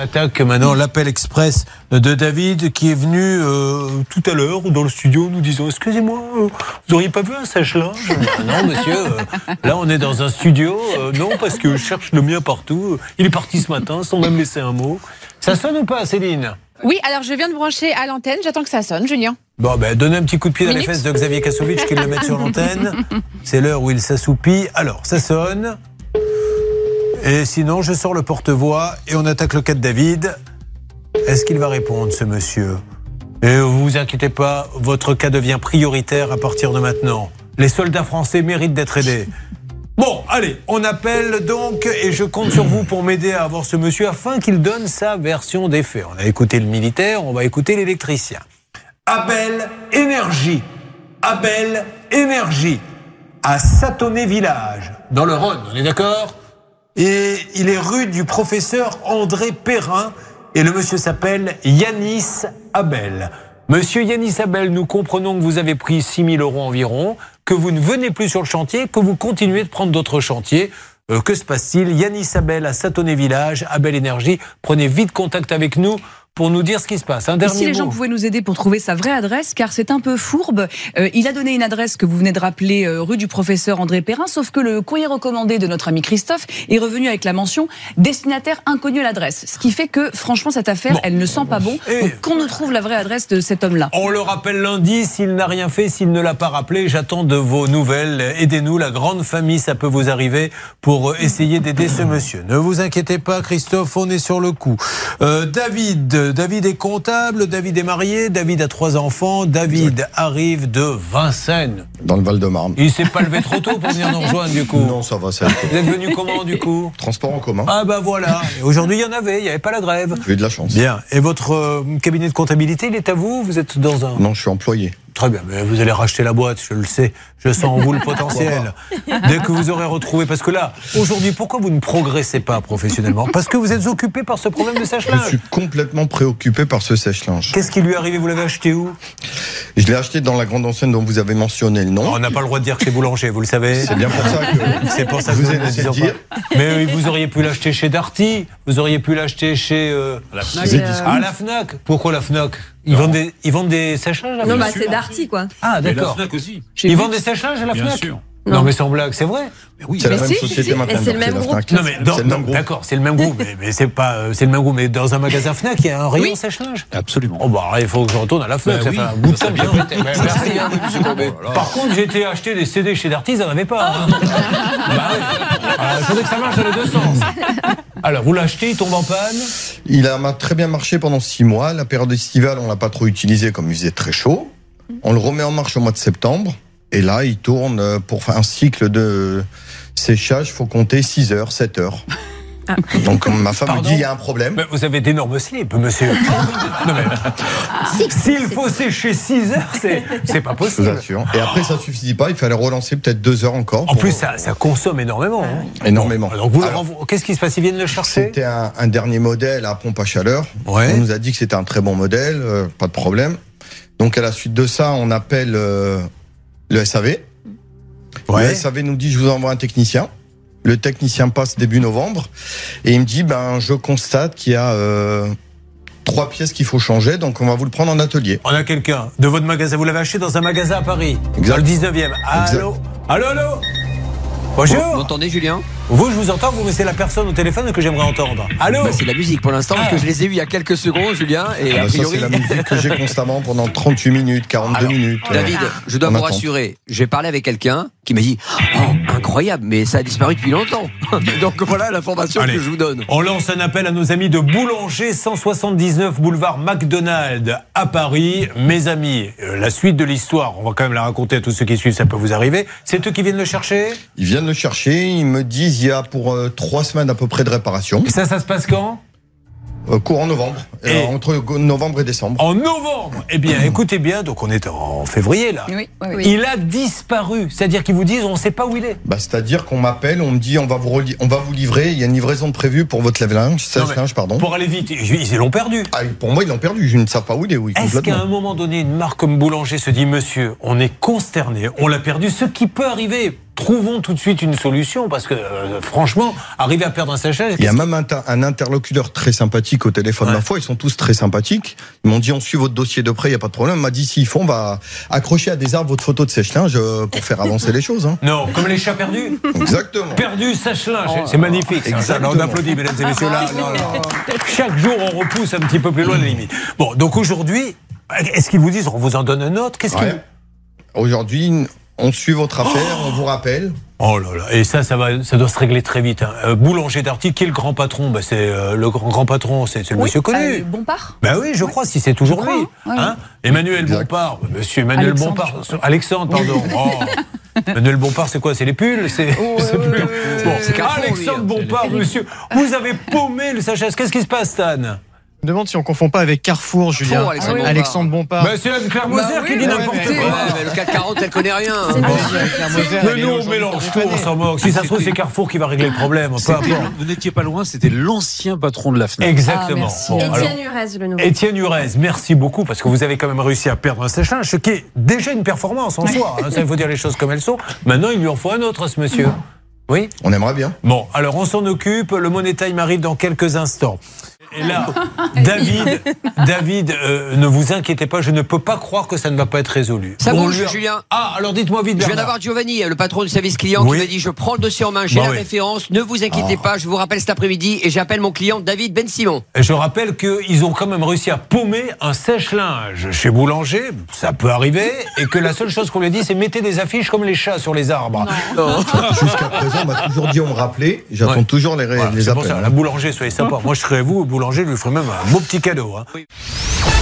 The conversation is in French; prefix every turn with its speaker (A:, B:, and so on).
A: attaque maintenant l'appel express de David qui est venu euh, tout à l'heure dans le studio nous disant Excusez-moi, euh, vous auriez pas vu un sèche-linge Ah Non, monsieur, euh, là on est dans un studio. euh, non, parce que je cherche le mien partout. Il est parti ce matin sans même laisser un mot. Ça sonne ou pas, Céline
B: Oui, alors je viens de brancher à l'antenne, j'attends que ça sonne, Julien.
A: Bon, ben, donnez un petit coup de pied dans les
B: Minute.
A: fesses de Xavier Kassovitch qu'il le mette sur l'antenne. C'est l'heure où il s'assoupit. Alors, ça sonne. Et sinon, je sors le porte-voix et on attaque le cas de David. Est-ce qu'il va répondre, ce monsieur Et vous inquiétez pas, votre cas devient prioritaire à partir de maintenant. Les soldats français méritent d'être aidés. Bon, allez, on appelle donc et je compte sur vous pour m'aider à avoir ce monsieur afin qu'il donne sa version des faits. On a écouté le militaire, on va écouter l'électricien. Abel Énergie. Abel Énergie. À Satonnet Village, dans le Rhône, on est d'accord Et il est rue du professeur André Perrin. Et le monsieur s'appelle Yanis Abel. Monsieur Yanis Abel, nous comprenons que vous avez pris 6 000 euros environ, que vous ne venez plus sur le chantier, que vous continuez de prendre d'autres chantiers. Euh, que se passe-t-il Yanis Abel à Satonnet Village, Abel Énergie. Prenez vite contact avec nous pour nous dire ce qui se passe. Un
C: Et
A: dernier
C: si les gens
A: mot.
C: pouvaient nous aider pour trouver sa vraie adresse, car c'est un peu fourbe, euh, il a donné une adresse que vous venez de rappeler, euh, rue du professeur André Perrin, sauf que le courrier recommandé de notre ami Christophe est revenu avec la mention destinataire inconnu à l'adresse. Ce qui fait que, franchement, cette affaire,
A: Bon. Eh.
C: elle ne sent pas bon.
A: Et-
C: Donc, qu'on nous trouve la vraie adresse de cet homme-là.
A: On le rappelle lundi, s'il n'a rien fait, s'il ne l'a pas rappelé, j'attends de vos nouvelles. Aidez-nous, la grande famille, ça peut vous arriver pour euh, essayer d'aider ce monsieur. Ne vous inquiétez pas, Christophe, on est sur le coup. Euh, David, euh, David est comptable, David est marié, David a trois enfants, David arrive de Vincennes.
D: Dans le Val-de-Marne.
A: Il s'est pas levé trop tôt pour venir nous rejoindre du coup.
D: Non, ça va, c'est un peu-
A: Vous êtes venu comment du coup
D: Transport en commun.
A: Mm. Ah bah voilà. Et Aujourd'hui, il y en avait, il n'y avait pas la grève.
D: J'ai eu de la chance.
A: Bien. Et votre euh, cabinet de comptabilité, il est à vous Vous êtes dans un...
D: Non, je suis employé.
A: Très bien, mais vous allez racheter la boîte, je le sais. Je sens en vous le potentiel. Dès que vous aurez retrouvé. Parce que là, aujourd'hui, pourquoi vous ne progressez pas professionnellement Parce que vous êtes occupé par ce problème de
D: Je
A: sèche-linge.
D: suis complètement préoccupé par ce sèche-linge.
A: Qu'est-ce qui lui est arrivé Vous l'avez acheté
D: Hein
A: où
D: Je l'ai acheté dans la grande enseigne dont vous avez mentionné le nom.
A: On n'a pas le droit de dire que c'est boulanger, vous le savez.
D: C'est bien pour ça que
A: C'est pour ça que
D: Vous
A: nous
D: avez
A: ne
D: laissé
A: disons
D: dire.
A: pas. Mais oui, vous auriez pu l'acheter chez Darty, vous auriez pu l'acheter chez. euh,
D: Vous êtes discret.
A: à la Fnac. Pourquoi la Fnac ils vendent, des, ils vendent des sèche-linges à la
E: Non, bah
A: Fnac
E: c'est Darty quoi.
A: Ah,
F: Mais la
A: d'accord.
F: Fnac aussi.
C: J'ai
A: Ils
C: vu-
A: vendent des sèche-linges à la
F: Bien
A: Fnac
F: sûr.
A: non. mais sans blague, c'est vrai.
D: c'est la
E: Mais
D: même
E: si, si,
D: société
E: si.
D: maintenant.
E: Et c'est le
D: que
E: même
D: la
E: groupe.
D: Fnac.
A: Non mais
D: C'est
A: dans-
D: le même groupe.
A: d'accord, c'est le même groupe, mais, mais c'est pas, euh, c'est le même groupe, mais dans un magasin Fnac, il y a un rayon sèche-linge.
F: Absolument.
A: Oh bah il faut que je retourne à la Fnac,
F: Bah
A: ça
F: oui,
A: fait un bout de
F: ça
A: temps.
F: serait
A: que j'en ai- Mais merci, hein, monsieur
G: Bah,
A: Courbet. Par contre, j'ai été acheter des CD chez Darty, ils n'en avaient pas. hein. bah oui. Alors, il faudrait que ça marche dans les deux sens. Alors vous l'achetez, il tombe en panne.
D: Il a m'a très bien marché pendant six mois. La période estivale, on l'a pas trop utilisé comme il faisait très chaud. On le remet en marche au mois de septembre. Et là, il tourne euh, pour faire un cycle de séchage. faut compter 6 heures, 7 heures.
E: Ah.
D: Donc ma femme me
A: Pardon
D: dit il y a un problème.
A: Mais vous avez d'énormes slips, monsieur. non mais s'il faut sécher 6 heures, c'est c'est pas
D: Je vous
A: possible.
D: assure. Et après, ça suffit pas. Il fallait relancer peut-être deux heures encore.
A: En
D: pour-
A: plus, ça, ça consomme énormément. hein.
D: énormément.
A: Donc vous, le
D: Alors,
A: renvo- qu'est-ce qui se passe Ils viennent le chercher
D: c'était un, un dernier modèle à pompe à chaleur.
A: Ouais.
D: On nous a dit que c'était un très bon modèle, euh, pas de problème. Donc à la suite de ça, on appelle euh, le SAV. Le SAV nous dit je vous envoie un technicien. Le technicien passe début novembre et il me dit ben je constate qu'il y a euh, trois pièces qu'il faut changer, donc on va vous le prendre en atelier.
A: On a quelqu'un de votre magasin. Vous l'avez acheté dans un magasin à Paris, dans
D: Exact.
A: le 19e. Allô Allô, allô
G: Vous
A: Bonjour
G: m'entendez, Julien
A: Vous, je vous entends, vous, mais c'est la personne au téléphone que j'aimerais entendre. Allô
G: Bah, C'est de la musique pour l'instant, parce
A: Ah. bah
G: que je les ai eu il y a quelques secondes, Julien, et
D: Ah, ben,
G: a
D: ça
G: priori.
D: c'est la musique que j'ai constamment pendant 38 minutes, 42 minutes. euh,
G: David, je dois
D: On
G: vous
D: attend.
G: rassurer, j'ai parlé avec quelqu'un qui m'a dit Oh, incroyable, mais ça a disparu depuis longtemps. Donc voilà l'information
A: Allez.
G: que je vous donne.
A: On lance un appel à nos amis de Boulanger 179 boulevard McDonald à Paris. Mes amis, euh, la suite de l'histoire, on va quand même la raconter à tous ceux qui suivent, ça peut vous arriver. C'est eux qui viennent le chercher
D: Ils viennent le chercher, ils me disent il y a pour euh, trois semaines à peu près de réparation,
A: Et ça, ça se passe quand
D: euh, courant novembre,
A: Et-
D: euh, entre go- novembre et décembre.
A: En novembre Eh
G: Mmh.
A: bien, écoutez bien, donc on est en février là.
C: Oui, oui, oui.
A: Il a disparu, c'est-à-dire qu'ils vous disent on ne sait pas où il est.
D: Bah, C'est-à-dire qu'on m'appelle, on me dit on va, vous reli- on va vous livrer, il y a une livraison de prévue pour votre lave-linge,
A: Non, mais
D: sèche-linge, pardon.
A: Pour aller vite, ils ils l'ont perdu.
D: Ah, pour moi, ils l'ont perdu, je ne sais pas où il est, oui,
A: Est-ce qu'à un
D: complètement.
A: moment donné, une marque comme Boulanger se dit Monsieur, on est consterné, on l'a perdu, ce qui peut arriver trouvons tout de suite une solution parce que euh, franchement, arriver à perdre un sachet.
D: Il y a même un, ta- un interlocuteur très sympathique au téléphone
A: Ouais.
D: la fois. Ils sont tous très sympathiques. Ils m'ont dit on suit votre dossier de près, il n'y a pas de problème. Il m'a dit s'ils font, on va accrocher à des arbres votre photo de sèche-linge euh, pour faire avancer les choses. hein.
A: Non, comme les chats perdus.
D: Exactement.
A: Perdu, sèche-linge. C'est- C'est magnifique. ça.
D: Oh Exactement.
A: On applaudit, mesdames et messieurs. Là, là, là. Chaque jour, on repousse un petit peu plus loin la limite. Bon, donc aujourd'hui, est-ce qu'ils vous disent on vous en donne un autre Qu'est-ce
D: Ouais.
A: qu'ils-
D: Aujourd'hui, on suit votre affaire, on vous rappelle.
A: Oh là là, et ça, ça, va, ça doit se régler très vite. hein. Euh, Boulanger d'Arty, qui est le grand patron Bah, C'est euh, le grand, grand patron, c'est c'est le monsieur connu.
C: Ah, bon part.
A: Ben oui, je crois, si c'est toujours
C: Je
A: lui.
C: crois, hein. Ouais,
A: Hein Emmanuel
D: Exact.
A: Bompard, euh, monsieur Emmanuel
C: Alexandre,
A: Bompard, Alexandre, pardon. Oh. Emmanuel Bompard, c'est quoi C'est les pulls C'est c'est plus- Bon,
G: C'est Carrefour,
A: Alexandre
G: lui, hein.
A: Bompard, monsieur, vous avez paumé le sachet. Qu'est-ce qui se passe, Stan
E: Je me demande si on confond pas avec Carrefour, Julien.
G: Alexandre Bompard.
E: Alexandre Bompard.
A: Ben, C'est Anne-Claire Moser
C: oui,
A: qui dit
C: Ah. bah
A: n'importe
E: oui,
A: quoi.
G: Ouais, mais le 440, elle connaît rien. hein.
E: Ah, si, avec la Moser, elle
A: Mais
E: est
A: nous, on
E: aujourd'hui
A: mélange tout,
E: dans le
A: on
E: Canet.
A: s'en moque. Si ça se trouve, c'est Carrefour qui va régler le problème. Peu
F: Ah, C'était-
A: importe.
F: Vous n'étiez pas loin, c'était l'ancien patron de la FNAC.
C: Ah,
A: Exactement.
C: merci.
A: Bon,
C: Étienne
A: alors-
H: Étienne Urez, le nom.
A: Étienne Urez, merci beaucoup parce que vous avez quand même réussi à perdre un sèche-linge, ce qui est déjà une performance en soi. hein. ça, il faut dire les choses comme elles sont. Maintenant, il lui en faut un autre, ce monsieur. Oui
D: On aimerait bien.
A: Bon, alors on s'en occupe. Le Money Time arrive dans quelques instants. Et là, David, David, euh, ne vous inquiétez pas, je ne peux pas croire que ça ne va pas être résolu.
G: Ça
A: On
G: bouge,
A: lui
G: Julien.
A: Ah, alors dites-moi vite,
G: Je viens
A: Bernard.
G: d'avoir Giovanni, le patron du service client,
A: Oui.
G: qui m'a dit je prends le dossier en main, j'ai
A: Bah
G: la
A: oui. Ah.
G: référence, ne vous inquiétez pas, je vous rappelle cet après-midi et j'appelle mon client David Ben Simon.
A: Et Je rappelle qu'ils ont quand même réussi à paumer un sèche-linge chez Boulanger, ça peut arriver, et que la seule chose qu'on lui a dit, c'est mettez des affiches comme les chats sur les arbres.
D: Jusqu'à présent, on m'a toujours dit on me rappelait. J'attends
A: Ouais.
D: toujours les, ré-
A: Voilà,
D: les
A: c'est pour
D: appels.
A: ça,
D: hein.
A: la boulanger, soyez sympa. Moi, je serais vous, le boulanger, je lui ferais même un beau petit cadeau. hein.